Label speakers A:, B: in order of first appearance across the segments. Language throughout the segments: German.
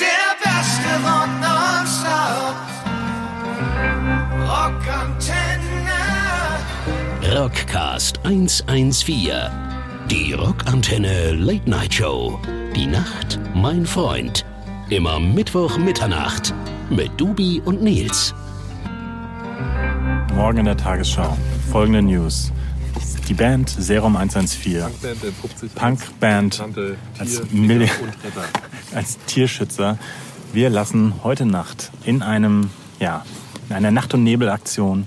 A: er
B: Rockcast 114. Die Rockantenne Late Night Show. Die Nacht, mein Freund. Immer Mittwoch Mitternacht mit Dubi und Nils.
C: Morgen in der Tagesschau. Folgende News. Die Band Serum 114
D: Punkband entpuppt sich
C: Punkband
D: als Tante,
C: als
D: Tier,
C: Milli-
D: Tiger und Retter.
C: als Tierschützer. Wir lassen heute Nacht in einem, ja, in einer Nacht- und Nebelaktion,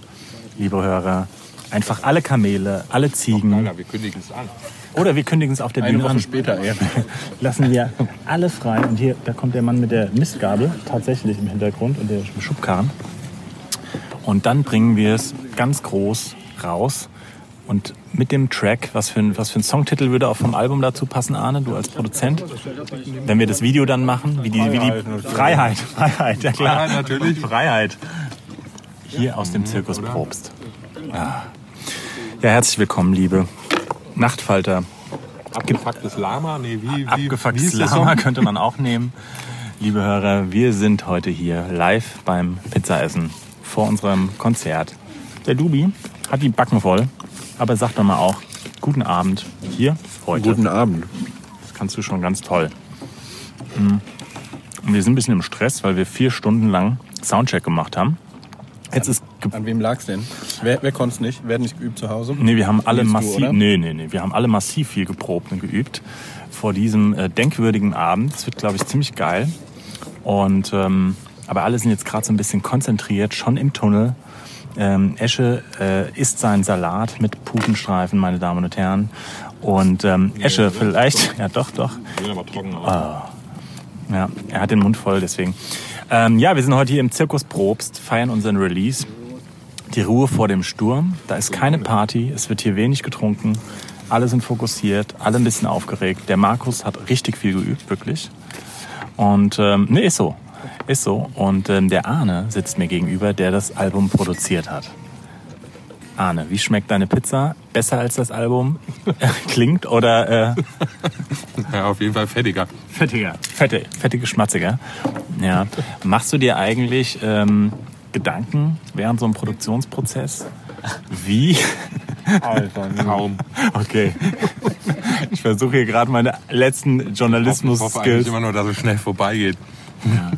C: liebe Hörer, einfach alle Kamele, alle Ziegen
D: Alter, wir kündigen es an.
C: oder wir kündigen es auf der
D: Eine
C: Bühne
D: Woche
C: an.
D: später, ey.
C: Lassen wir alle frei. Und hier, da kommt der Mann mit der Mistgabel tatsächlich im Hintergrund und der Schubkarren. Und dann bringen wir es ganz groß raus. Und mit dem Track, was für ein, was für ein Songtitel würde auch vom Album dazu passen, Arne, du als Produzent? Wenn wir das Video dann machen, wie die, wie die Freiheit, Freiheit, ja klar.
D: Freiheit natürlich. Mhm,
C: Freiheit. Hier aus dem Zirkus Probst. Ja. ja, herzlich willkommen, liebe Nachtfalter.
D: Abgefucktes Lama? Nee, wie, wie, wie
C: Abgefucktes
D: ist der
C: Lama
D: Song?
C: könnte man auch nehmen. Liebe Hörer, wir sind heute hier live beim Pizzaessen vor unserem Konzert. Der Dubi hat die Backen voll, aber sagt doch mal auch guten Abend hier heute.
E: Guten Abend.
C: Das kannst du schon ganz toll. Mhm. Und wir sind ein bisschen im Stress, weil wir vier Stunden lang Soundcheck gemacht haben. Jetzt ist ge-
E: An wem lag's denn? Wer, wer konnte es nicht? Wer hat nicht geübt zu Hause?
C: Nee, wir haben alle
E: Willst du,
C: massiv.
E: oder?
C: nee, nee, nee, wir haben alle massiv viel geprobt und geübt vor diesem äh, denkwürdigen Abend. Das wird, glaube ich, ziemlich geil. Und ähm, aber alle sind jetzt gerade so ein bisschen konzentriert, schon im Tunnel. Ähm, Esche äh, isst seinen Salat mit Putenstreifen, meine Damen und Herren. Und ähm, Esche, vielleicht, ja doch, doch.
D: Sehen aber trocken aus.
C: Ja, er hat den Mund voll, deswegen. Ähm, ja, wir sind heute hier im Zirkus Probst, feiern unseren Release. Die Ruhe vor dem Sturm. Da ist keine Party, es wird hier wenig getrunken. Alle sind fokussiert, alle ein bisschen aufgeregt. Der Markus hat richtig viel geübt, wirklich. Und, ähm, nee, ist so. Ist so. Und ähm, der Arne sitzt mir gegenüber, der das Album produziert hat. Arne, wie schmeckt deine Pizza? Besser als das Album klingt oder äh,
D: Ja, auf jeden Fall fettiger.
C: Fettiger. Fette, fettige, schmatziger. Ja. Machst du dir eigentlich ähm, Gedanken während so einem Produktionsprozess? Wie?
E: Alter,
D: Kaum.
C: Okay. Ich versuche hier gerade meine letzten
D: Ich hoffe eigentlich
C: Journalismus-Skills.
D: immer nur, dass es schnell vorbeigeht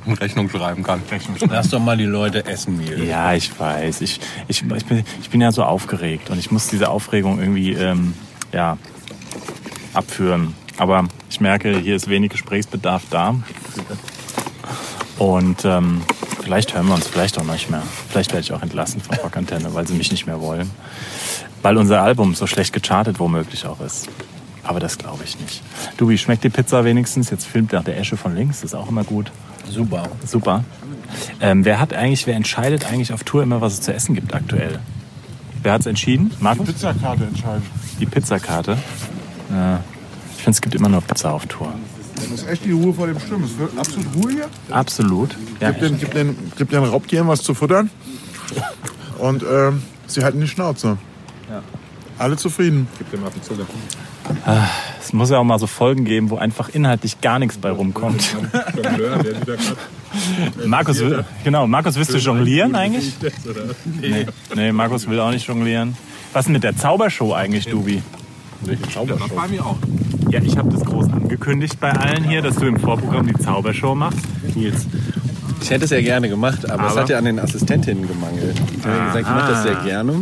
D: und Rechnung schreiben kann.
E: Lass doch mal die Leute essen, Nils.
C: Ja, ich weiß. Ich, ich, ich, bin, ich bin ja so aufgeregt und ich muss diese Aufregung irgendwie ähm, ja, abführen. Aber ich merke, hier ist wenig Gesprächsbedarf da. Und ähm, vielleicht hören wir uns vielleicht auch nicht mehr. Vielleicht werde ich auch entlassen von Rockantenne, weil sie mich nicht mehr wollen. Weil unser Album so schlecht gechartet womöglich auch ist. Aber das glaube ich nicht. Dubi, schmeckt die Pizza wenigstens? Jetzt filmt nach der Esche von links, ist auch immer gut.
E: Super.
C: Super. Ähm, wer hat eigentlich, wer entscheidet eigentlich auf Tour immer, was es zu essen gibt aktuell? Wer hat es entschieden? Markus?
F: Pizzakarte entscheiden.
C: Die Pizzakarte. Äh, ich finde, es gibt immer nur Pizza auf Tour.
F: Das ist echt die Ruhe vor dem Sturm. Es wird absolut Ruhe hier.
C: Absolut. Ja,
F: Gib den, gib den, gib den Raubtieren was zu futtern. Und ähm, sie halten die Schnauze. Alle zufrieden.
D: Gib dem auf die Zunge.
C: es muss ja auch mal so Folgen geben, wo einfach inhaltlich gar nichts bei rumkommt.
D: Jongleur, der wieder grad-
C: Markus, will, genau, Markus, willst du jonglieren eigentlich? Nee. nee, Markus will auch nicht jonglieren. Was denn mit der Zaubershow eigentlich, Dubi?
D: Das war mir auch.
C: Ja, ich habe das groß angekündigt bei allen hier, dass du im Vorprogramm die Zaubershow machst. Nils.
E: Ich hätte es ja gerne gemacht, aber, es
C: Aber?
E: hat ja an den Assistentinnen gemangelt. Ich habe gesagt, ich mache das
D: Ah.
E: sehr gerne,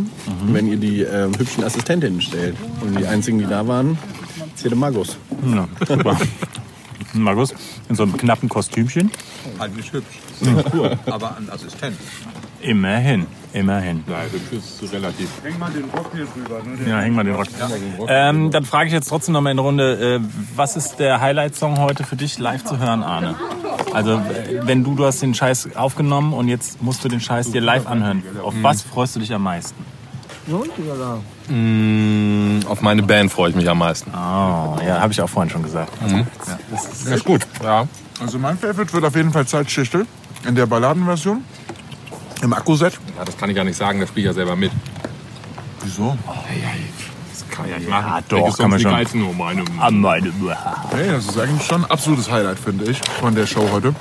E: wenn ihr die ähm, hübschen Assistentinnen stellt. Und die einzigen, die da waren, ist der Magus.
C: Ja, super. Markus, in so einem knappen Kostümchen.
D: Eigentlich Halt hübsch. Singapur, aber ein Assistent.
C: Immerhin, immerhin.
D: Nein, hübsch ist relativ.
C: Ja, häng mal den Rock. Ähm, dann frage ich jetzt trotzdem noch mal in Runde, äh, was ist der Highlight-Song heute für dich live zu hören, Arne? Also, äh, wenn du, du hast den Scheiß aufgenommen und jetzt musst du den Scheiß dir live anhören. Auf
D: Mhm.
C: was freust du dich am meisten? Hm,
D: Auf meine Band freue ich mich am meisten.
C: Oh, ja, habe ich auch vorhin schon gesagt.
D: Das ist gut. Ja.
F: Also mein Favorite wird auf jeden Fall Zeitschächtel. In der Balladenversion. Im Akkuset.
D: ja, das kann ich ja nicht sagen, das spiele ich ja selber mit.
F: Wieso?
D: Das kann ich ja nicht machen.
C: Ja, doch,
D: Welche Songs
C: kann man
D: die
C: schon.
D: geilsten? Oh, meine
C: Am meine
F: Hey, das ist eigentlich schon ein absolutes Highlight, finde ich, von der Show heute.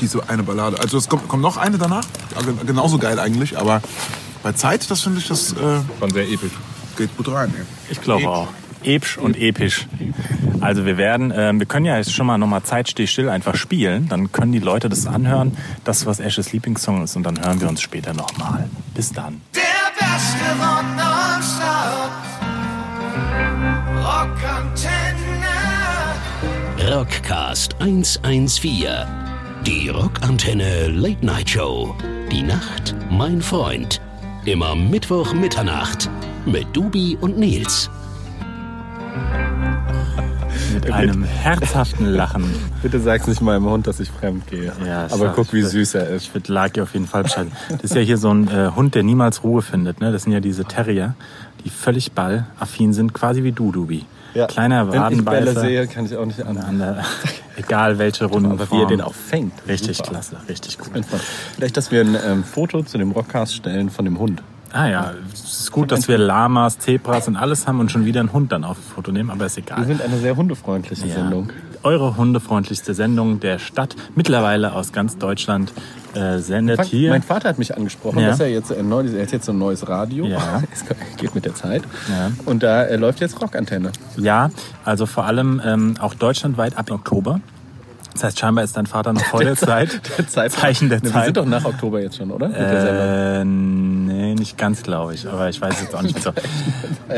F: Diese eine Ballade. Also es kommt, kommt noch eine danach. Also genauso geil eigentlich, aber Bei Zeit, das finde ich, das äh,
D: Schon sehr episch.
F: geht gut rein. Ey.
C: Ich glaube auch. Episch und episch. Also wir werden, ähm, wir können ja jetzt schon mal nochmal Zeit steh still einfach spielen. Dann können die Leute das anhören, das was Ashes Lieblingssong ist. Und dann hören wir uns später nochmal. Bis dann.
A: Der beste Rock nonstop. Rock Antenne.
B: Rockcast 114. Die Rockantenne Late Night Show. Die Nacht, mein Freund. Immer Mittwoch Mitternacht mit Dubi und Nils.
C: Mit einem herzhaften Lachen
E: Bitte sag's nicht meinem Hund, dass ich fremd gehe.
C: Ja,
E: Aber
C: schade.
E: guck, wie süß er ist.
C: wird Laki auf jeden Fall Bescheid. Das ist ja hier so ein äh, Hund, der niemals Ruhe findet. Ne? Das sind ja diese Terrier, die völlig ballaffin sind, quasi wie du, Dubi. Kleiner
E: Wenn ich Bälle
C: Wadenbeißer.
E: sehe, kann ich auch nicht an.
C: An der, egal welche Runde.
E: Aber wie er den auch fängt.
C: Richtig
E: Super.
C: klasse, richtig gut.
E: Vielleicht, dass wir ein ähm, Foto zu dem Rockcast stellen von dem Hund.
C: Ah ja, es ist gut, dass wir Lamas, Zebras und alles haben und schon wieder einen Hund dann auf Foto nehmen, aber ist
E: Wir
C: egal.
E: sind eine sehr hundefreundliche
C: Ah. Ja.
E: Sendung.
C: Eure hundefreundlichste Sendung der Stadt, mittlerweile aus ganz Deutschland, äh, sendet hier.
E: Mein Vater hat mich angesprochen,
C: Ja.
E: dass er jetzt ein neues, er hat jetzt so ein neues Radio.
C: Ja.
E: Es geht mit der Zeit.
C: Ja.
E: Und da äh, läuft jetzt Rockantenne.
C: Ja, also vor allem ähm, auch deutschlandweit ab Oktober. Das heißt, scheinbar ist dein Vater noch vor der Zeit. Zeichen der
E: Ne, Wir
C: Zeit.
E: sind doch nach Oktober jetzt schon, oder? Mit der Sendung.
C: äh, nee, nicht ganz, glaube ich. Aber ich weiß jetzt auch nicht so.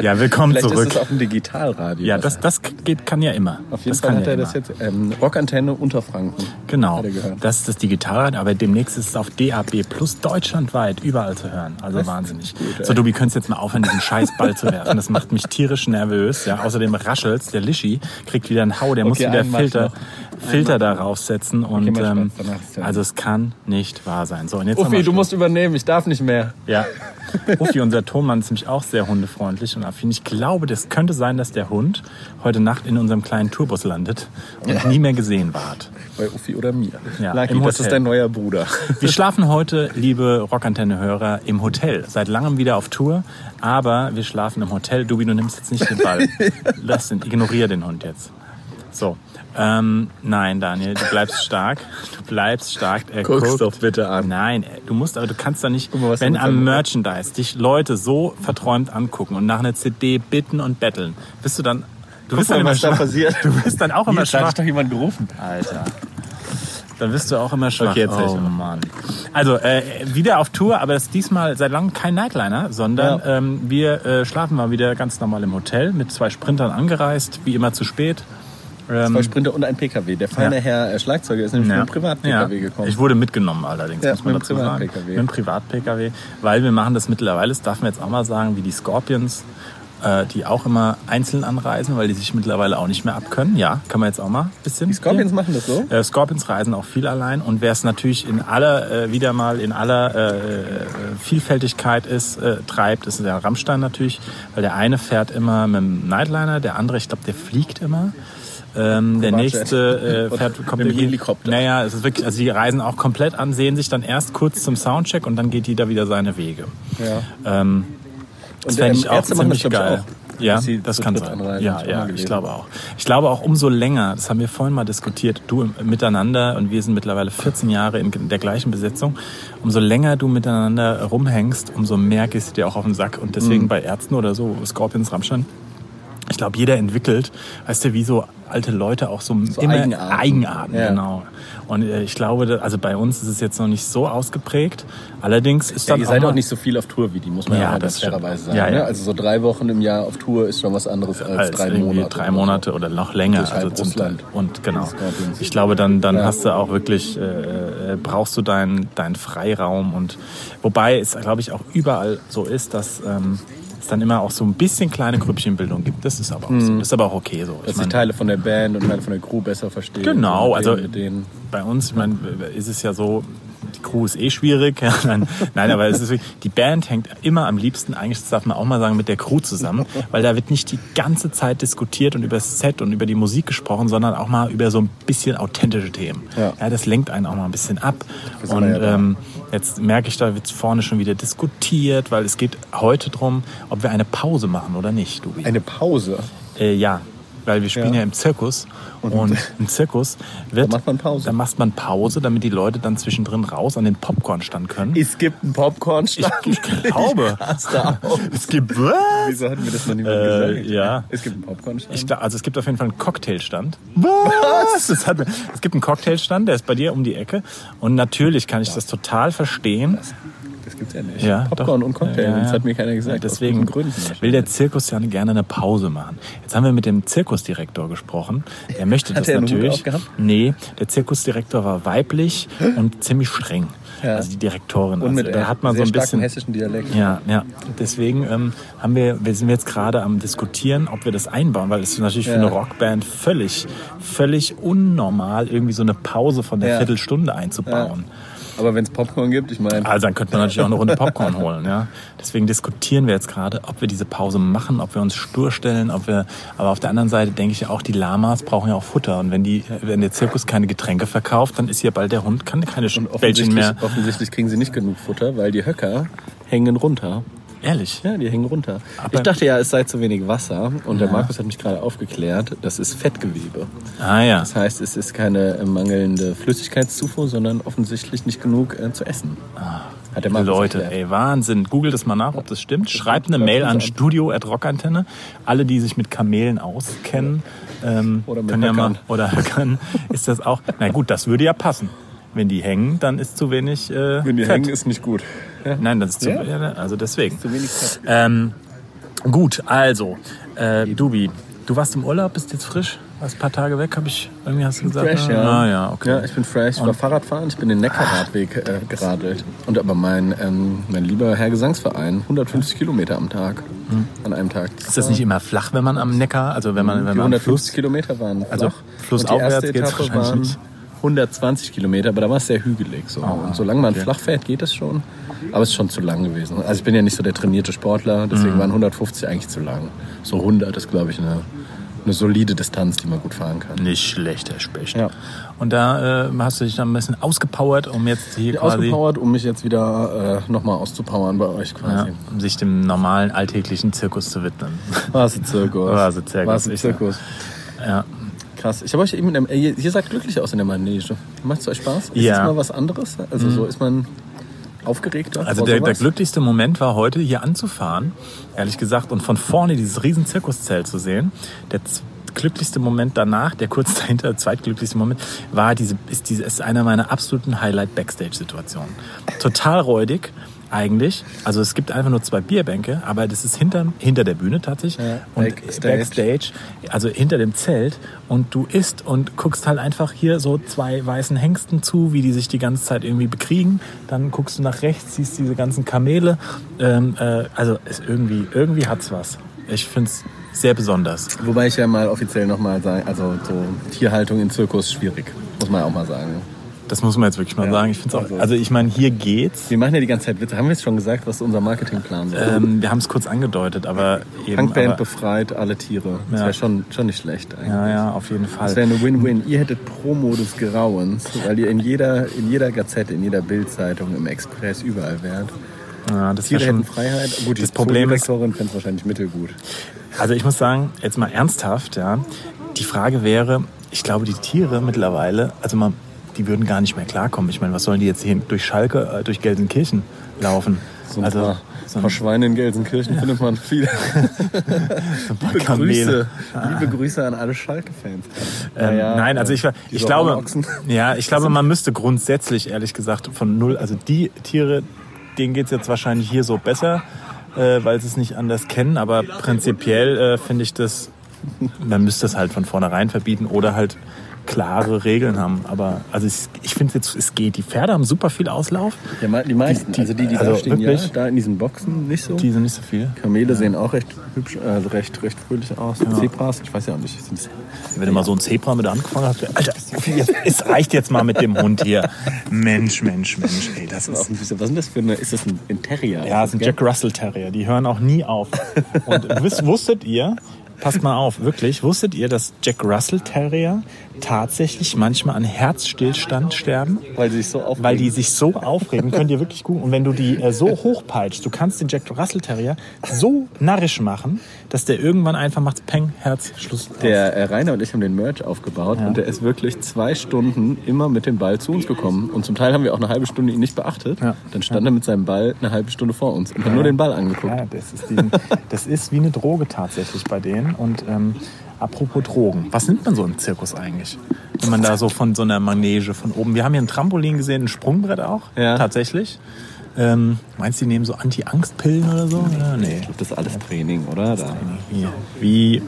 C: Ja, willkommen
E: Vielleicht
C: zurück.
E: ist es auch ein Digitalradio.
C: Ja, das, das geht, kann ja immer.
E: Auf jeden
C: das
E: Fall
C: kann
E: hat
C: ja
E: er
C: immer.
E: das jetzt. Ähm, Rockantenne Unterfranken.
C: Genau,
E: Hat er gehört.
C: das ist das Digitalrad, aber demnächst ist es auf DAB Plus deutschlandweit überall zu hören. Also wahnsinnig. so, du könntest jetzt mal aufhören, diesen scheiß Ball zu werfen. Das macht mich tierisch nervös. Ja. Außerdem raschelt's, der Lischi kriegt wieder einen Hau, der muss
E: Okay,
C: wieder
E: einmal
C: Filter,
E: noch.
C: Filter darauf setzen. Und
E: mein Spaß,
C: ähm,
E: danach ist der-
C: also es kann nicht wahr sein. So, und jetzt haben wir
E: Uffi, du
C: Schluss.
E: musst übernehmen, ich darf nicht mehr.
C: Ja. Uffi, unser Tonmann, ist nämlich auch sehr hundefreundlich und affin. Ich glaube, das könnte sein, dass der Hund heute Nacht in unserem kleinen Tourbus landet und nie mehr gesehen ward.
E: Bei Uffi oder mir.
C: Ja,
E: Laki,
C: im
E: das
C: Hotel.
E: ist dein neuer Bruder.
C: Wir schlafen heute, liebe Rockantenne-Hörer, im Hotel. Seit langem wieder auf Tour, aber wir schlafen im Hotel. Dubi, du nimmst jetzt nicht den Ball. Lass den, ignorier den Hund jetzt. So. Ähm, nein, Daniel, du bleibst stark. Du bleibst stark. Er
E: Guck's
C: guckt.
E: doch bitte an.
C: Nein, ey, du musst, aber du kannst da nicht,
E: mal, was er
C: wenn
E: mit
C: am
E: seinem-
C: Merchandise dich Leute so verträumt angucken und nach einer CD bitten und betteln, bist du dann, du bist
E: mal,
C: dann immer
E: was da
C: schwach.
E: passiert.
C: Du bist dann auch immer schwach.
E: jemand gerufen.
C: Alter. Dann wirst du auch immer schwach.
E: Okay, jetzt
C: oh,
E: ich mal.
C: Mann. Also, äh, wieder auf Tour, aber das ist diesmal seit langem kein Nightliner, sondern ähm, wir äh, schlafen mal wieder ganz normal im Hotel mit zwei Sprintern angereist, wie immer zu spät.
E: Zwei Sprinter und ein PKW. Der feine
C: Ähm, Ja.
E: Herr äh, Schlagzeuger ist nämlich mit einem Privat-PKW
C: ja.
E: gekommen.
C: Ich wurde mitgenommen allerdings,
E: Ja,
C: muss man
E: mit
C: dazu
E: dem
C: sagen.
E: Privat-PKW.
C: Mit dem Privat-PKW. Weil wir machen das mittlerweile, das darf man jetzt auch mal sagen, wie die Scorpions, äh, die auch immer einzeln anreisen, weil die sich mittlerweile auch nicht mehr abkönnen. Ja, kann man jetzt auch mal ein bisschen.
E: Die Scorpions machen das so?
C: Äh, Scorpions reisen auch viel allein und wer es natürlich in aller, äh, wieder mal in aller äh, äh, Vielfältigkeit ist, äh, treibt, ist der Rammstein natürlich, weil der eine fährt immer mit dem Nightliner, der andere, ich glaube, der fliegt immer. Ähm, der
E: Privatjet.
C: nächste äh,
E: Oder
C: fährt kommt
E: mit dem
C: irgendwie-
E: Helikopter.
C: Naja, es ist wirklich, also die reisen auch komplett an, sehen sich dann erst kurz zum Soundcheck und dann geht jeder wieder seine Wege.
E: Ja.
C: Ähm, das fände ich
E: ähm,
C: auch
E: Ärzte machen das,
C: ziemlich
E: glaub ich,
C: geil.
E: auch,
C: Ja,
E: dass sie
C: das
E: zu
C: kann
E: dritt
C: sein.
E: anreisen, hab
C: Ja,
E: ich auch mal
C: ja, ich
E: gelesen.
C: glaube auch. Ich glaube auch, umso länger, das haben wir vorhin mal diskutiert, du im- miteinander, und wir sind mittlerweile 14 Jahre in der gleichen Besetzung, umso länger du miteinander rumhängst, umso mehr gehst du dir auch auf den Sack. Und
E: Mhm.
C: deswegen bei Ärzten oder so, Scorpions, Rammstein, ich glaube, jeder entwickelt, weißt du, wie so alte Leute auch so, immer
E: Eigenarten.
C: Eigenarten,
E: Ja.
C: genau. Und äh, ich glaube, da- also bei uns ist es jetzt noch nicht so ausgeprägt. Allerdings ist
E: Ja,
C: dann
E: ihr seid
C: mal-
E: auch nicht so viel auf Tour wie die, muss man ja,
C: Ja,
E: auch mal
C: das
E: ganz
C: stimmt.
E: fairerweise sagen.
C: Ja, ja.
E: Ne? Also so drei Wochen im Jahr auf Tour ist schon was anderes als,
C: als
E: drei
C: irgendwie
E: Monate.
C: drei Monate oder noch länger.
E: Durch halb
C: Also zum Teil.
E: Russland.
C: Und genau.
E: Scorpions.
C: Ich glaube, dann, dann hast du auch wirklich, äh, äh, brauchst du deinen deinen Freiraum. Und wobei es, glaube ich, auch überall so ist, dass ähm, es dann immer auch so ein bisschen kleine Grüppchenbildung gibt. Das ist aber auch,
E: Mhm.
C: so. ist aber auch okay so. Ich
E: Dass
C: mein-
E: ich Teile von der Band und Teile von der Crew besser verstehe.
C: Genau,
E: Mit denen-
C: also
E: Mit denen.
C: bei uns ich meine, ist es ja so, die Crew ist eh schwierig. Ja, Nein, nein aber es ist, wirklich- die Band hängt immer am liebsten, eigentlich das darf man auch mal sagen, mit der Crew zusammen, weil da wird nicht die ganze Zeit diskutiert und über das Set und über die Musik gesprochen, sondern auch mal über so ein bisschen authentische Themen.
E: Ja.
C: das lenkt einen auch mal ein bisschen ab.
E: sind
C: Und
E: wir ja da.
C: ähm, jetzt merke ich, da wird vorne schon wieder diskutiert, weil es geht heute drum, ob wir eine Pause machen oder nicht, Dubi.
E: Eine Pause.
C: Äh, ja. weil wir spielen ja, im Zirkus und im Zirkus wird,
E: Da macht man Pause.
C: da macht man Pause, damit die Leute dann zwischendrin raus an den Popcornstand können.
E: Es gibt einen Popcornstand.
C: Ich glaube.
E: da auch.
C: Es gibt was?
E: Wieso hatten wir das noch nie
C: Äh,
E: gesagt?
C: ja.
E: Es gibt einen Popcornstand.
C: Ich, gla- also es gibt auf jeden Fall einen Cocktailstand. Was? Das hat, es gibt einen Cocktailstand, der ist bei dir um die Ecke. Und natürlich kann ich das total verstehen.
E: das gibt's ja nicht.
C: Ja,
E: Popcorn
C: doch.
E: und Cocktail.
C: Ja, ja.
E: Das hat mir keiner gesagt. aus
C: Deswegen
E: guten Gründen.
C: will der Zirkus ja gerne eine Pause machen. Jetzt haben wir mit dem Zirkusdirektor gesprochen. Er möchte
E: Hat
C: das
E: er einen Hut
C: natürlich.
E: aufgehabt?
C: Nee, der Zirkusdirektor war weiblich und ziemlich streng.
E: Ja.
C: Also die Direktorin.
E: und
C: Also
E: mit
C: da
E: äh,
C: hat man so
E: sehr
C: ein
E: starken
C: bisschen.
E: hessischen Dialekt.
C: Ja, ja. Deswegen ähm, haben wir, wir sind jetzt gerade am diskutieren, ob wir das einbauen, weil es ist natürlich für
E: Ja.
C: eine Rockband völlig, völlig unnormal, irgendwie so eine Pause von der
E: Ja.
C: Viertelstunde einzubauen.
E: Aber wenn es Popcorn gibt, ich meine,
C: Also dann könnte man natürlich auch eine Runde Popcorn holen, ja. Deswegen diskutieren wir jetzt gerade, ob wir diese Pause machen, ob wir uns stur stellen, ob wir. Aber auf der anderen Seite denke ich ja auch, die Lamas brauchen ja auch Futter. Und wenn die, wenn der Zirkus keine Getränke verkauft, dann ist ja bald der Hund, kann keine Bällchen
E: offensichtlich,
C: mehr.
E: offensichtlich kriegen sie nicht genug Futter, weil die Höcker hängen runter.
C: Ehrlich.
E: Ja, die hängen runter.
C: Aber-
E: ich dachte ja, es sei zu wenig Wasser und der Markus hat mich gerade aufgeklärt, das ist Fettgewebe.
C: Ah ja.
E: Das heißt, es ist keine äh, mangelnde Flüssigkeitszufuhr, sondern offensichtlich nicht genug äh, zu essen. Hat der Markus
C: Ah, Leute,
E: erklärt.
C: ey, Wahnsinn. Googelt es mal nach, ob das stimmt. Schreibt eine Mail an studio.rockantenne. Alle, die sich mit Kamelen auskennen, ähm,
E: Oder mit
C: können ja mal,
E: Höckern.
C: oder Höckern, ist das auch. Na gut, das würde ja passen. Wenn die hängen, dann ist zu wenig. Äh,
E: Wenn die
C: Fett.
E: hängen, ist nicht gut.
C: Nein, das ist zu,
E: Ja.
C: ja. also deswegen.
E: Zu wenig Fett.
C: Ähm, gut, also, äh, Dubi, du warst im Urlaub, bist jetzt frisch, warst ein paar Tage weg, habe ich irgendwie hast du gesagt.
E: Fresh,
C: ah,
E: ja.
C: Ah, ja, okay.
E: Ja, ich bin fresh. Ich war Fahrradfahren, ich bin den Neckarradweg äh, geradelt. Und aber mein, ähm, mein lieber Herr Gesangsverein, 150 Kilometer am Tag. An einem Tag.
C: Hm. ist das nicht immer flach, wenn man am Neckar, also wenn man, wenn
E: Die
C: man am Fluss
E: 150 Kilometer waren flach.
C: Also
E: und die erste
C: flussaufwärts geht's
E: Etappe
C: wahrscheinlich
E: waren
C: nicht. Ah,
E: 120 Kilometer, aber da war es sehr hügelig. So. und solange man flach fährt, geht das schon. Aber es ist schon zu lang gewesen. Also ich bin ja nicht so der trainierte Sportler, deswegen
C: Mhm.
E: waren 150 eigentlich zu lang. So 100 ist, glaube ich, eine, eine solide Distanz, die man gut fahren kann.
C: Nicht schlecht, Herr Specht.
E: Ja.
C: Und da äh, hast du dich dann ein bisschen ausgepowert, um jetzt hier quasi
E: Ausgepowert, um mich jetzt wieder äh, nochmal auszupowern bei euch
C: ja,
E: quasi.
C: um sich dem normalen alltäglichen Zirkus zu widmen.
E: War's ein Zirkus.
C: War's ein Zirkus,
E: War's ein
C: ich-
E: Zirkus.
C: ja.
E: Krass. Ich habe euch eben in der, ihr, ihr sagt glücklich aus in der Manege. Macht es euch Spaß? Ist
C: Ja. Mhm.
E: das mal was anderes? Also so ist man aufgeregter?
C: Also
E: vor
C: der, der
E: sowas?
C: glücklichste Moment war heute hier anzufahren, ehrlich gesagt, und von vorne dieses riesen Zirkuszelt zu sehen. Der z- glücklichste Moment danach, der kurz dahinter zweitglücklichste Moment, war diese, ist diese, ist einer meiner absoluten Highlight-Backstage-Situationen. Total räudig. Eigentlich, also es gibt einfach nur zwei Bierbänke, aber das ist hinter, hinter der Bühne tatsächlich
E: Ja,
C: und
E: Backstage.
C: Backstage Backstage, also hinter dem Zelt und du isst und guckst halt einfach hier so zwei weißen Hengsten zu, wie die sich die ganze Zeit irgendwie bekriegen. Dann guckst du nach rechts, siehst diese ganzen Kamele. Ähm, äh, also ist irgendwie, irgendwie hat's was. Ich find's sehr besonders.
E: Wobei ich ja mal offiziell nochmal sagen, also so Tierhaltung im Zirkus schwierig. Muss man ja auch mal sagen.
C: Das muss man jetzt wirklich mal
E: Ja,
C: sagen. Ich find's auch.
E: also-
C: Also ich meine, hier geht's.
E: Wir machen ja die ganze Zeit Witze. Haben wir jetzt schon gesagt, was unser Marketingplan ist?
C: Ähm, wir haben es kurz angedeutet, aber eben.
E: Punkband
C: aber,
E: befreit alle Tiere. Das
C: Ja.
E: wäre schon, schon nicht schlecht eigentlich.
C: ja, ja, auf jeden Fall.
E: Das wäre eine Win-Win. Ihr hättet Promo des Grauens, weil ihr in jeder, in jeder Gazette, in jeder Bildzeitung, im Express, überall wärt.
C: ja, das wär
E: Tiere hätten
C: schon,
E: Freiheit. Gut, die
C: das Problem ist,
E: Zoodirektorin fände es wahrscheinlich mittelgut.
C: Also ich muss sagen, jetzt mal ernsthaft, ja, die Frage wäre, ich glaube, die Tiere mittlerweile, also man, die würden gar nicht mehr klarkommen. Ich meine, was sollen die jetzt hier durch Schalke, äh, durch Gelsenkirchen laufen?
E: So ein also, paar,
C: so ein
E: paar Schweine in Gelsenkirchen findet man viele.
C: paar
E: Liebe
C: Kamele. Ah.
E: Grüße, liebe Grüße an alle Schalke-Fans.
C: Ähm,
E: Naja,
C: nein, also
E: äh,
C: ich, ich
E: diese
C: glaube,
E: Hornochsen.
C: ja, ich glaube, man müsste grundsätzlich, ehrlich gesagt, von null, also die Tiere, denen geht's jetzt wahrscheinlich hier so besser, äh, weil sie es nicht anders kennen, aber prinzipiell äh, finde ich das, man müsste es halt von vornherein verbieten oder halt klare Regeln haben. Aber also ich, ich finde jetzt, es geht. Die Pferde haben super viel Auslauf,
E: Ja, me- die meisten, also die, die
C: also
E: da stehen, ja,
C: wirklich?
E: da in diesen Boxen nicht so.
C: die sind nicht so viel.
E: Kamele sehen auch recht hübsch, also recht, recht fröhlich aus. Zebras, ich weiß ja auch nicht. sind's-
C: Wenn du mal so ein Zebra mit der Hand gefangen hast, Alter, jetzt- es reicht jetzt mal mit dem Hund hier. Mensch, Mensch, Mensch, ey, das ist
E: Was ist das für eine, ist das ein, ein Terrier?
C: Ja, es sind Jack Russell Terrier, die hören auch nie auf. Und wiss, wusstet ihr, passt mal auf, wirklich, wusstet ihr, dass Jack Russell Terrier tatsächlich manchmal an Herzstillstand sterben?
E: Weil sie sich so aufregen.
C: Weil die sich so aufregen, könnt ihr wirklich gucken. Und wenn du die äh, so hochpeitschst, du kannst den Jack Russell Terrier so narrisch machen, dass der irgendwann einfach macht, peng, Herz, Schluss. aus.
E: Der äh, Rainer und ich haben den Merch aufgebaut und der ist wirklich zwei Stunden immer mit dem Ball zu uns gekommen. Und zum Teil haben wir auch eine halbe Stunde ihn nicht beachtet.
C: Ja.
E: Dann stand er mit seinem Ball eine halbe Stunde vor uns und hat nur den Ball angeguckt.
C: Ja, das ist, diesen, das ist wie eine Droge tatsächlich bei denen. Und ähm, apropos Drogen, was nimmt man so im Zirkus eigentlich? Wenn man da so von so einer Manege von oben. Wir haben hier ein Trampolin gesehen, ein Sprungbrett auch,
E: Ja.
C: tatsächlich. Ähm, meinst du, die nehmen so Anti-Angst-Pillen oder so? Ja, nee.
E: Ich glaube, das ist alles Training, oder? Da.
C: Wie, wie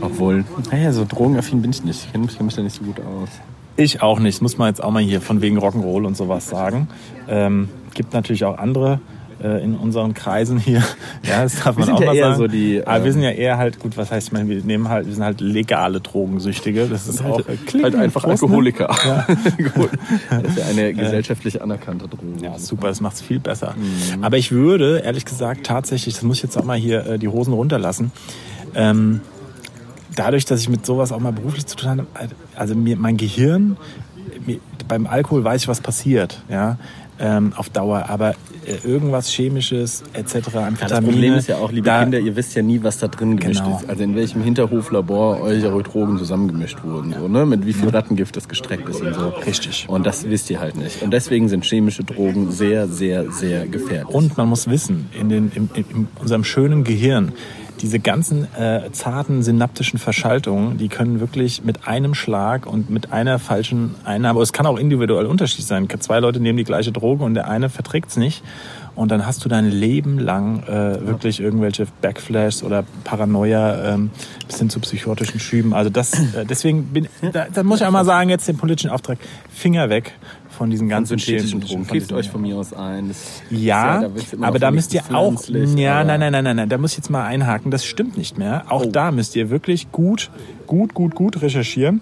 E: Obwohl, naja, so drogenaffin bin ich nicht. Ich kenne mich, kenn mich da nicht so gut aus.
C: Ich auch nicht, muss man jetzt auch mal hier von wegen Rock'n'Roll und sowas sagen. Ähm, gibt natürlich auch andere äh, in unseren Kreisen hier. Ja, das darf man
E: sind
C: auch
E: ja
C: mal
E: eher
C: sagen.
E: so die,
C: Aber wir
E: ähm,
C: sind ja eher halt, gut, was heißt, ich meine, wir nehmen halt, wir sind halt legale Drogensüchtige. Das ist auch äh,
E: halt einfach
C: Prost, ne?
E: Alkoholiker. Gut. Das ist ja eine gesellschaftlich anerkannte Droge.
C: Ja, super, das macht's viel besser.
E: Mhm.
C: Aber ich würde, ehrlich gesagt, tatsächlich, das muss ich jetzt auch mal hier äh, die Hosen runterlassen. Ähm, dadurch, dass ich mit sowas auch mal beruflich zu tun habe, also mir, mein Gehirn, mir, beim Alkohol weiß ich, was passiert, ja, ähm, auf Dauer. Aber äh, irgendwas Chemisches etc., Amphetamine,
E: Das Problem ist ja auch, liebe
C: da-
E: Kinder, ihr wisst ja nie, was da drin gemischt
C: Genau.
E: ist. Also in welchem Hinterhoflabor eure Drogen zusammengemischt wurden. So, ne? Mit wie viel Rattengift das gestreckt ist und so.
C: Richtig.
E: Und das wisst ihr halt nicht. Und deswegen sind chemische Drogen sehr, sehr, sehr gefährlich.
C: Und man muss wissen, in, den, in, in- in unserem schönen Gehirn, diese ganzen äh, zarten synaptischen Verschaltungen, die können wirklich mit einem Schlag und mit einer falschen Einnahme, aber es kann auch individuell Unterschied sein. Zwei Leute nehmen die gleiche Droge und der eine verträgt's nicht. Und dann hast du dein Leben lang äh, wirklich irgendwelche Backflashes oder Paranoia ähm, bis hin zu psychotischen Schüben. Also das, äh, deswegen bin, da, da muss ich einmal sagen, jetzt den politischen Auftrag, Finger weg von diesen ganzen chemischen-
E: synthetischen Drogen.
C: von
E: Kippt
C: diesen-
E: euch von mir aus ein. Das-
C: ja,
E: da wird's immer
C: aber
E: noch
C: da
E: so
C: müsst ihr
E: nicht
C: auch.
E: pflanzlich,
C: Ja,
E: aber- Oh.
C: nein, nein, nein, nein, nein, da muss ich jetzt mal einhaken. Das stimmt nicht mehr. Auch da müsst ihr wirklich gut, gut, gut, gut recherchieren.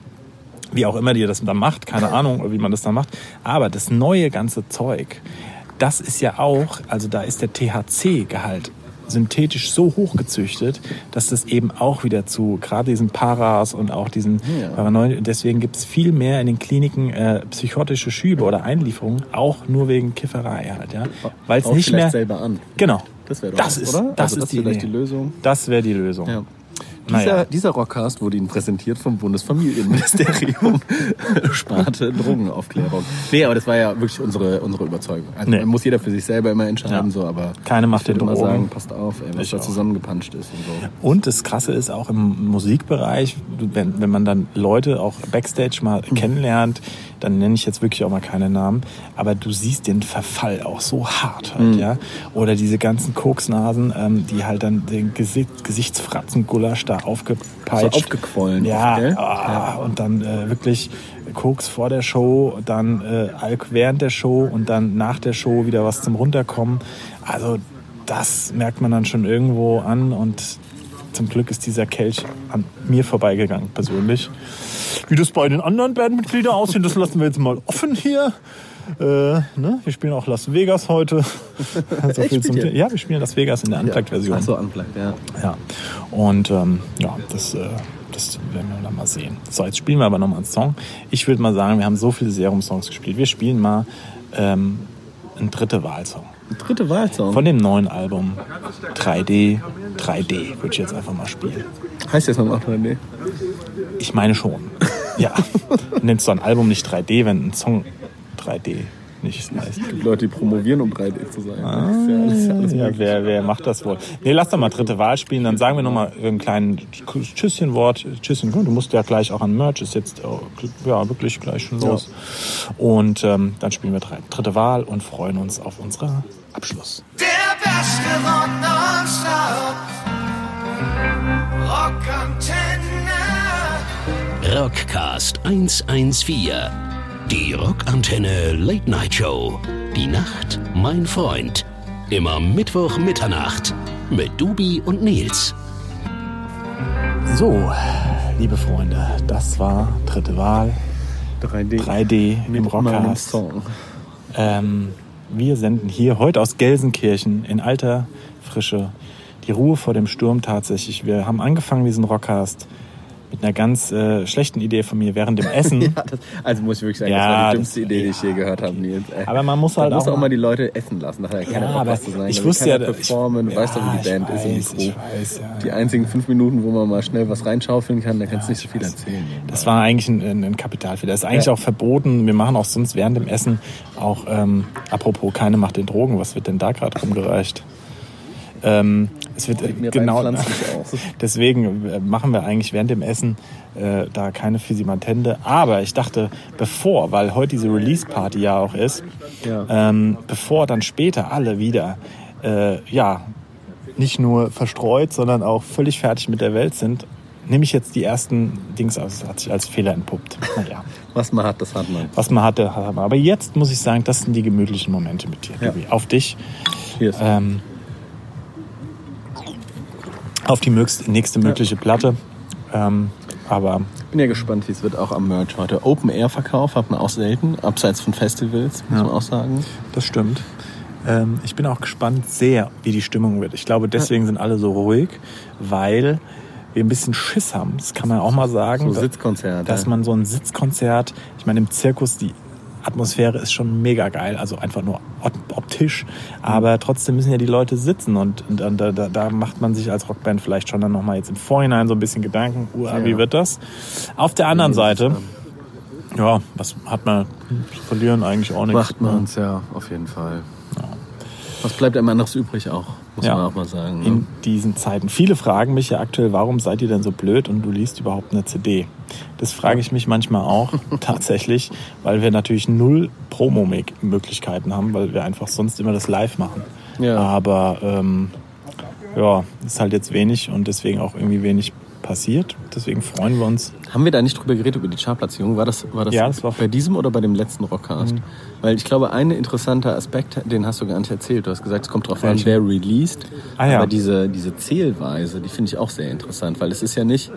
C: Wie auch immer ihr das dann macht, keine Ahnung, wie man das dann macht. Aber das neue ganze Zeug, das ist ja auch, also da ist der THC-Gehalt synthetisch so hochgezüchtet, dass das eben auch wieder zu gerade diesen Paras und auch diesen Paranoid, deswegen gibt es viel mehr in den Kliniken äh, psychotische Schübe oder Einlieferungen, auch nur wegen Kifferei halt, ja, weil es
E: Baut
C: nicht
E: vielleicht
C: mehr
E: selber an.
C: Genau.
E: Das wäre doch
C: das
E: was,
C: ist,
E: oder?
C: Das
E: Also
C: ist
E: das
C: die
E: vielleicht
C: Idee.
E: die Lösung.
C: Das wäre die Lösung.
E: Ja. Dieser,
C: Naja.
E: dieser Rockcast wurde Ihnen präsentiert vom Bundesfamilienministerium Sparte Drogenaufklärung. Nee, aber das war ja wirklich unsere, unsere Überzeugung. Also
C: Nee.
E: muss jeder für sich selber immer entscheiden,
C: Ja.
E: so, aber
C: Keine Macht
E: ich würde
C: den
E: mal
C: Drogen.
E: sagen, passt auf, ey, was da zusammengepanscht ist und so.
C: Und das Krasse ist auch im Musikbereich, wenn, wenn man dann Leute auch backstage mal
E: Mhm.
C: kennenlernt, dann nenne ich jetzt wirklich auch mal keine Namen, aber du siehst den Verfall auch so hart
E: Mhm.
C: halt, ja. Oder diese ganzen Koksnasen, ähm, die halt dann den Gesicht, Gesichtsfratzengulasch da aufgepeitscht.
E: So aufgequollen
C: Ja,
E: oft, gell?
C: ah, und dann äh, wirklich Koks vor der Show, dann äh, Alk während der Show und dann nach der Show wieder was zum Runterkommen. Also das merkt man dann schon irgendwo an und zum Glück ist dieser Kelch an mir vorbeigegangen persönlich. Wie das bei den anderen Bandmitgliedern aussieht, das lassen wir jetzt mal offen hier. Äh, ne? Wir spielen auch Las Vegas heute. so viel
E: Echt,
C: zum
E: spielt ihr?
C: Thema. ja, wir spielen Las Vegas in der Unplugged-Version.
E: Ach so, unplugged, ja.
C: Ja. Und ähm, ja, das, äh, das werden wir dann mal sehen. So, jetzt spielen wir aber nochmal einen Song. Ich würde mal sagen, wir haben so viele Serum-Songs gespielt. Wir spielen mal ähm, einen dritte Wahlsong.
E: Dritte Wahlsong.
C: Von dem neuen Album 3D, 3D würde ich jetzt einfach mal spielen.
E: heißt jetzt nochmal 3D?
C: Ich meine schon. Ja. Nennst du ein Album nicht 3D, wenn ein Song 3D nicht heißt?
E: Leute, die promovieren, um 3D zu sein.
C: Ah.
E: Das ist ja alles, ist ja alles
C: Ja, wer, wer macht das wohl? Nee, lass doch mal dritte Wahl spielen, dann sagen wir nochmal ein kleines Tschüsschenwort. Tschüsschen, du musst ja gleich auch an Merch, ist jetzt oh, ja, wirklich gleich schon los. Und ähm, dann spielen wir drei, dritte Wahl und freuen uns auf unseren Abschluss.
A: Der Beste von Nonstop. Rock Antenne.
B: Rockcast 114. Die Rockantenne Late Night Show. Die Nacht, mein Freund. Immer Mittwoch Mitternacht mit Dubi und Nils.
C: So, liebe Freunde, das war dritte Wahl,
E: 3D.
C: 3D im
E: Mit meinem
C: Rockcast.
E: Song.
C: Ähm, wir senden hier heute aus Gelsenkirchen in alter Frische die Ruhe vor dem Sturm tatsächlich. Wir haben angefangen diesen Rockcast mit einer ganz äh, schlechten Idee von mir während dem Essen.
E: Ja, das, also muss ich wirklich sagen, das
C: Ja,
E: war die
C: das-
E: dümmste Idee, die ich je gehört habe, Nils. ey.
C: Aber man muss
E: Man
C: halt
E: muss
C: auch
E: auch
C: mal-
E: mal die Leute essen lassen. Da hat ja keiner Bock, was zu sein.
C: ich
E: da will
C: wusste ja,
E: keiner
C: ich-
E: performen. Du weißt doch, wie die
C: Ja,
E: Band
C: ich
E: ist im
C: weiß,
E: Mikro.
C: ich weiß, ja,
E: die einzigen fünf Minuten, wo man mal schnell was reinschaufeln kann, da kannst du nicht so viel erzählen.
C: Das war eigentlich ein, ein, ein Kapitalfehler. Das ist eigentlich
E: Ja.
C: auch verboten. Wir machen auch sonst während dem Essen auch, ähm, apropos, keine macht den Drogen. Was wird denn da gerade rumgereicht? Ähm, es wird äh,
E: mir
C: genau
E: rein pflanzlich aus.
C: deswegen äh, machen wir eigentlich während dem Essen äh, da keine Fisimatende. Aber ich dachte, bevor, weil heute diese Release Party ja auch ist, ähm, bevor dann später alle wieder äh, ja nicht nur verstreut, sondern auch völlig fertig mit der Welt sind, nehme ich jetzt die ersten Dings aus. Das hat sich als Fehler entpuppt. Naja,
E: Was man hat, das hat man.
C: was man hatte, hat man. Aber jetzt muss ich sagen, das sind die gemütlichen Momente mit dir.
E: Ja.
C: Bibi. Auf dich,
E: Hier ist
C: ähm, auf die mögst- nächste mögliche Platte. Ähm, aber
E: Ich bin ja gespannt, wie es wird auch am Merch heute. Open-Air-Verkauf hat man auch selten, abseits von Festivals, muss man auch sagen.
C: das stimmt. Ähm, ich bin auch gespannt sehr, wie die Stimmung wird. Ich glaube, deswegen sind alle so ruhig, weil wir ein bisschen Schiss haben. Das kann man auch mal sagen.
E: So Sitzkonzerte.
C: dass man so ein Sitzkonzert, ich meine, im Zirkus, die Atmosphäre ist schon mega geil, also einfach nur op- optisch, aber trotzdem müssen ja die Leute sitzen und, und, und da, da- da macht man sich als Rockband vielleicht schon dann nochmal jetzt im Vorhinein so ein bisschen Gedanken, uah, wie wird das? Auf der anderen Seite, ja, was hat man zu verlieren eigentlich auch nichts.
E: Macht man es, ja, auf jeden Fall. Was bleibt einem anderes übrig auch, muss
C: Ja.
E: man auch mal sagen.
C: in
E: Ne?
C: diesen Zeiten. Viele fragen mich ja aktuell, warum seid ihr denn so blöd und du liest überhaupt eine CD? Das frage ich mich manchmal auch tatsächlich, weil wir natürlich null Promo-Möglichkeiten haben, weil wir einfach sonst immer das live machen.
E: Ja.
C: Aber ähm, ja, ist halt jetzt wenig und deswegen auch irgendwie wenig passiert. Deswegen freuen wir uns.
E: Haben wir da nicht drüber geredet, über die Chartplatzierung? War das, war das,
C: Ja, das war- Mhm.
E: bei diesem oder bei dem letzten Rockcast? Weil ich glaube, ein interessanter Aspekt, den hast du gar nicht erzählt. Du hast gesagt, es kommt drauf an,
C: Welchen?
E: wer released.
C: Ah, ja.
E: Aber diese, diese Zählweise, die finde ich auch sehr interessant, weil es ist ja nicht,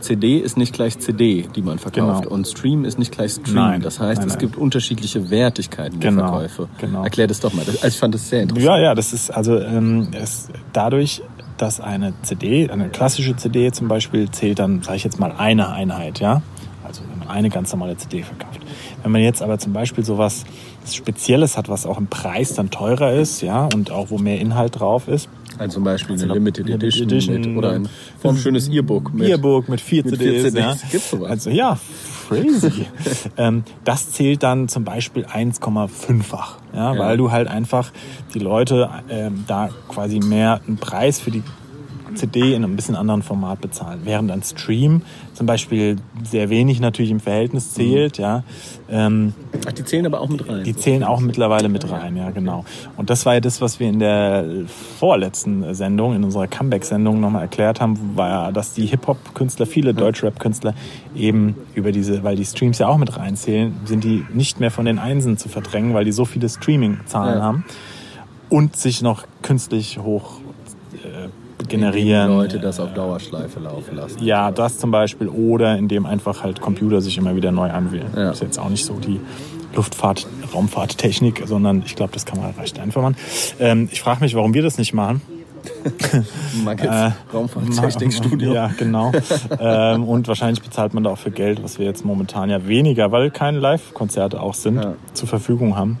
E: CD ist nicht gleich CD, die man verkauft.
C: Genau.
E: Und Stream ist nicht gleich Stream.
C: Nein.
E: Das heißt,
C: Nein,
E: es
C: nein.
E: gibt unterschiedliche Wertigkeiten der
C: Genau.
E: Verkäufe.
C: Genau.
E: Erklär das doch mal. Das- Also ich fand das sehr interessant.
C: Ja, ja, das ist also ähm, es, dadurch, dass eine CD, eine klassische CD zum Beispiel, zählt dann, sage ich jetzt mal, eine Einheit, ja. Also wenn man eine ganz normale CD verkauft. Wenn man jetzt aber zum Beispiel sowas Spezielles hat, was auch im Preis dann teurer ist, ja, und auch wo mehr Inhalt drauf ist,
E: Also zum Beispiel eine
C: Also
E: Limited
C: Limited
E: Edition,
C: Edition
E: mit, oder ein vom schönes E-Book mit.
C: Bierburg mit vier
E: mit
C: CDs.
E: vier
C: Ja.
E: CDs. Gibt's sowas?
C: Also ja, crazy. ähm, das zählt dann zum Beispiel 1,5-fach, ja,
E: Ja.
C: weil du halt einfach die Leute ähm, da quasi mehr einen Preis für die CD in einem bisschen anderen Format bezahlen. Während ein Stream zum Beispiel sehr wenig natürlich im
E: Mhm.
C: Verhältnis zählt, ja. Ähm,
E: Ach, die zählen aber auch mit rein.
C: die zählen auch mittlerweile mit rein, ja, genau. Und das war ja das, was wir in der vorletzten Sendung, in unserer Comeback-Sendung nochmal erklärt haben, war ja, dass die Hip-Hop-Künstler, viele Deutsch-Rap-Künstler eben über diese, weil die Streams ja auch mit reinzählen, sind die nicht mehr von den Einsen zu verdrängen, weil die so viele Streaming-Zahlen
E: Ja.
C: haben und sich noch künstlich hoch äh, generieren.
E: Die Leute das auf Dauerschleife laufen lassen.
C: Ja, das zum Beispiel. Oder indem einfach halt Computer sich immer wieder neu anwählen.
E: Ja.
C: Ist jetzt auch nicht so die Luftfahrt, Raumfahrttechnik, sondern ich glaube, das kann man recht einfach machen. Ähm, ich frage mich, warum wir das nicht machen.
E: Mangels Raumfahrttechnikstudio.
C: Äh, Ja, genau. ähm, und wahrscheinlich bezahlt man da auch für Geld, was wir jetzt momentan ja weniger, weil keine Live-Konzerte auch sind,
E: Ja.
C: zur Verfügung haben.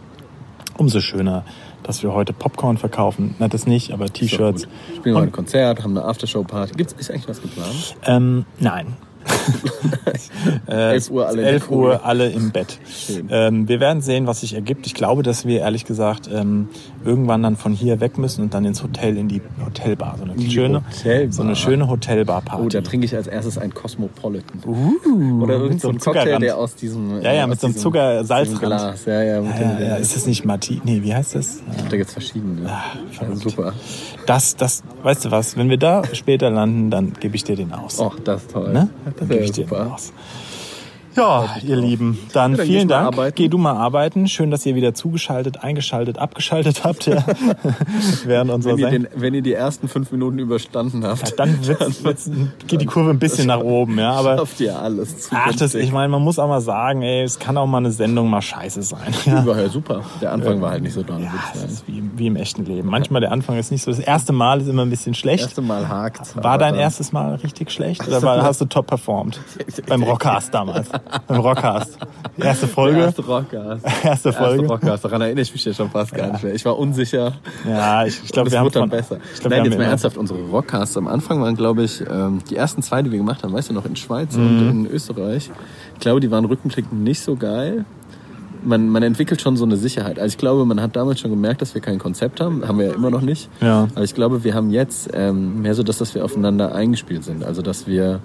C: Umso schöner, dass wir heute Popcorn verkaufen. Na, das nicht, aber T-Shirts.
E: Spielen wir ein Konzert, haben eine Aftershow-Party. Gibt's, ist eigentlich was geplant?
C: Ähm, nein. äh,
E: 11 Uhr alle in der
C: 11
E: Kugel.
C: Uhr alle im Bett. Ähm, wir werden sehen, was sich ergibt. Ich glaube, dass wir ehrlich gesagt ähm, irgendwann dann von hier weg müssen und dann ins Hotel, in die Hotelbar. So eine, schöne,
E: Hotelbar.
C: So eine schöne Hotelbar-Party.
E: Oh, da trinke ich als erstes einen Cosmopolitan. Oder irgendeinen
C: Uh, mit so
E: so
C: einem
E: einen Cocktail,
C: Zuckerrand.
E: der aus diesem.
C: Ja, ja,
E: äh,
C: mit
E: aus
C: so einem
E: diesem-
C: Zucker- Salzrand.
E: diesem Glas. Ja, ja, mit
C: ja,
E: dem,
C: ja, Ah, ist das nicht Marti? Nee, wie heißt das?
E: Da gibt's verschiedene. ja,
C: verrückt.
E: super.
C: Das, das, weißt du was, wenn wir da später landen, dann gebe ich dir den aus.
E: Och, Oh, das ist toll.
C: Ne?
E: Das
C: Dann gebe ich
E: ist
C: dir den
E: super. Also,
C: aus. Ja, ihr Lieben, dann,
E: dann geh ich
C: vielen
E: mal
C: Dank.
E: arbeiten.
C: Geh du mal arbeiten. Schön, dass ihr wieder zugeschaltet, eingeschaltet, abgeschaltet habt. Ja. Während unserer
E: Wenn ihr,
C: Sendung.
E: den, wenn ihr die ersten fünf Minuten überstanden habt,
C: Dann wird's, wird's, geht die Kurve ein bisschen nach oben. Ja, aber
E: schafft ihr alles.
C: ach, das,
E: zukünftig.
C: ich meine, man muss auch mal sagen, ey, es kann auch mal eine Sendung mal scheiße sein. Ja.
E: War ja super. Der Anfang war halt nicht so doll, würde
C: Ja,
E: ich
C: es
E: sagen.
C: ist wie, wie im echten Leben. Manchmal der Anfang ist nicht so. Das erste Mal ist immer ein bisschen schlecht.
E: Das erste Mal hakt.
C: War dein erstes Mal richtig schlecht oder war, hast du top performt? Beim Rockcast damals. Beim Rockcast. Erste Folge.
E: Erste Rockcast.
C: Erste Folge.
E: Erste Rockcast. Daran erinnere ich mich ja schon fast gar nicht mehr. Ich war unsicher.
C: Ja, ich, ich glaube,
E: Das
C: wir haben
E: wird dann
C: von,
E: besser.
C: Ich glaub, wir
E: Nein, jetzt
C: haben
E: mal
C: immer-
E: ernsthaft, unsere Rockcasts am Anfang waren, glaube ich, ähm, die ersten zwei, die wir gemacht haben, weißt du noch, in Schweiz und
C: Mhm.
E: in Österreich. Ich glaube, die waren rückblickend nicht so geil. Man, man entwickelt schon so eine Sicherheit. Also ich glaube, man hat damals schon gemerkt, dass wir kein Konzept haben. Haben wir ja immer noch nicht.
C: Ja.
E: Aber ich glaube, wir haben jetzt ähm, mehr so das, dass wir aufeinander eingespielt sind. Also dass wir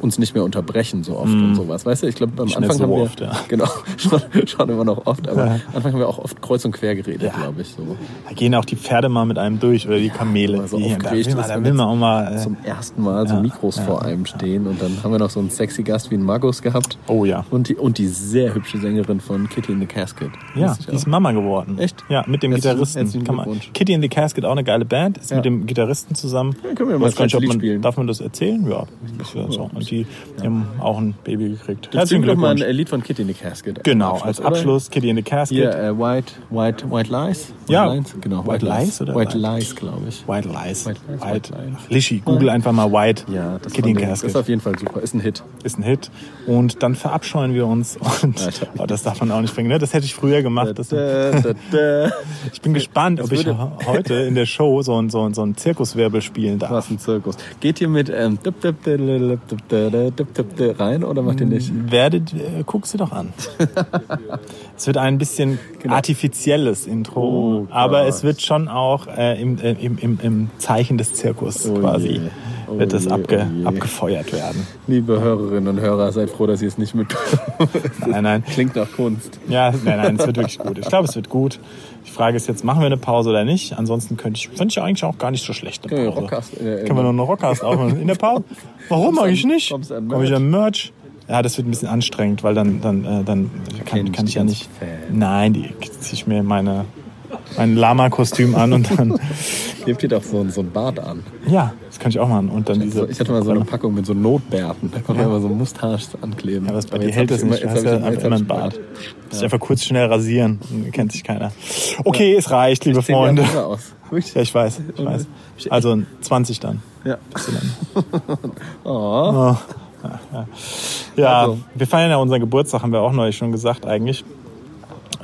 E: uns nicht mehr unterbrechen so oft und sowas. Weißt du, ich glaube, am
C: Nicht mehr
E: Anfang
C: so
E: haben wir
C: Mhm. oft, ja.
E: genau schon, schon immer noch oft, aber am Anfang haben wir auch oft kreuz und quer geredet, glaube ich. So.
C: Da gehen auch die Pferde mal mit einem durch oder die Kamele.
E: Mal so
C: die, da will
E: aufgeregt
C: man,
E: ist,
C: da
E: wenn
C: will
E: jetzt
C: man auch mal. Äh,
E: zum ersten Mal so
C: Ja,
E: Mikros
C: ja,
E: vor einem stehen und dann haben wir noch so einen sexy Gast wie einen Markus gehabt.
C: Oh ja.
E: Und die, und die sehr hübsche Sängerin von Kitty in the Casket.
C: ja,
E: Wusste ich
C: die ist
E: auch.
C: Mama geworden.
E: Echt?
C: Ja, mit dem
E: Herzlichen-
C: Gitarristen.
E: herzlichen
C: Kann man,
E: Glückwunsch.
C: Kitty in the Casket, auch eine geile Band, ist
E: Ja.
C: mit dem Gitarristen zusammen.
E: Ja, können wir mal
C: Weiß gar
E: ein
C: nicht, ob
E: Lied
C: man,
E: spielen.
C: Darf man das erzählen? Ja. Ich weiß auch. Und die haben auch ein Baby gekriegt.
E: Jetzt
C: Herzlichen
E: singen wir mal
C: Glückwunsch.
E: ein äh, Lied von Kitty in the Casket.
C: Genau,
E: Als
C: als
E: oder?
C: Abschluss Kitty in the Casket.
E: Hier, äh, White, White, White Lies? White
C: Ja.
E: Lines? Genau,
C: White Lies oder
E: White
C: Lies?
E: Lies, glaube ich.
C: White Lies.
E: White Lies,
C: White,
E: White Lies.
C: Ach, Lischi, google einfach mal White.
E: Ja, das,
C: Kitty in
E: fand
C: the
E: ich- das
C: Casket.
E: ist auf jeden Fall super. Ist ein Hit.
C: ist ein Hit. Und dann verabscheuen wir uns. Und
E: Alter.
C: oh, das darf man auch nicht bringen. Ne? Das hätte ich früher gemacht. Das,
E: Da, da, da.
C: ich bin gespannt, ob ich
E: würde-
C: he- heute in der Show so ein, so ein, so ein Zirkuswirbel spielen darf.
E: Was ein Zirkus. Geht ihr mit ähm, dup, dup, dup, dup, dup, dup, dup, dup, dup, rein oder macht ihr nicht?
C: Werdet, äh, guck sie doch an. es wird ein bisschen artifizielles Intro,
E: Genau. Oh
C: aber
E: Gott.
C: es wird schon auch äh, im, äh, im, im, im Zeichen des Zirkus
E: Oh
C: quasi
E: je. Oh
C: wird das
E: je,
C: abge,
E: oh je.
C: abgefeuert werden.
E: Liebe Hörerinnen und Hörer, seid froh, dass ihr es nicht mitbekommt.
C: Nein, nein.
E: Klingt nach Kunst.
C: Ja, nein, nein, es wird wirklich gut. Ich glaube, es wird gut. Die Frage ist jetzt, machen wir eine Pause oder nicht? Ansonsten könnte ich, fände ich eigentlich auch gar nicht so schlecht. Eine
E: Können wir
C: Pause.
E: Rockcast, äh,
C: Können wir noch einen Rockcast aufmachen? In der Pause? Warum eigentlich
E: an-
C: nicht?
E: kommst an
C: Komme ich an Merch? Ja, das wird ein bisschen anstrengend, weil dann, dann, äh, dann kann,
E: kennen
C: kann ich
E: dich
C: ja
E: ganz
C: nicht.
E: fett.
C: Nein, die ziehe ich mir meine, mein Lama-Kostüm an und dann.
E: Gebt ihr doch so, ein- so einen Bart an.
C: Ja, das kann ich auch machen. Und dann diese.
E: So, ich hatte mal so eine Packung mit so Notbärten. Da konnte man immer so Mustache ankleben.
C: Ja, aber das bei
E: Aber
C: dir
E: jetzt
C: hält
E: hab
C: das
E: ich
C: nicht. Du
E: jetzt
C: hast
E: hab
C: ja
E: ich-
C: einfach
E: jetzt
C: immer
E: hab
C: einen
E: ich
C: Bart. Muss ich einfach kurz schnell rasieren. Dann Kennt sich keiner. Okay, es reicht, liebe
E: Sieht ja
C: Freunde.
E: besser aus. Wirklich?
C: Ja, ich weiß, ich weiß. Also ein 20 dann. Oh.
E: Ja.
C: Ja,
E: Also.
C: wir feiern ja unseren Geburtstag, haben wir auch neulich schon gesagt eigentlich.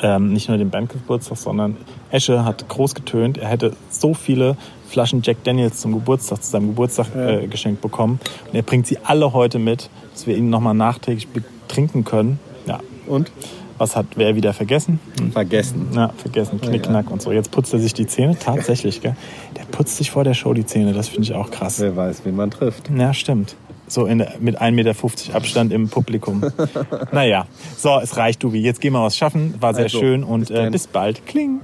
C: Ähm, nicht nur den Bandgeburtstag, sondern Esche hat groß getönt. Er hätte so viele Flaschen Jack Daniels zum Geburtstag, zu seinem Geburtstag äh, geschenkt bekommen. Und er bringt sie alle heute mit, dass wir ihn nochmal nachträglich betrinken können. Ja.
E: Und?
C: Was hat wer wieder vergessen? Hm.
E: Vergessen.
C: Ja, vergessen, Knickknack und so. Jetzt putzt er sich die Zähne tatsächlich, gell? Der putzt sich vor der Show die Zähne, das finde ich auch krass.
E: Wer weiß, wen man trifft.
C: Ja, stimmt. So in, der- mit 1,50 Meter Abstand im Publikum. naja, so, es reicht, Dubi. Jetzt gehen wir was schaffen. War sehr
E: Also,
C: schön und
E: bis
C: äh,
E: dann.
C: bis bald. Kling.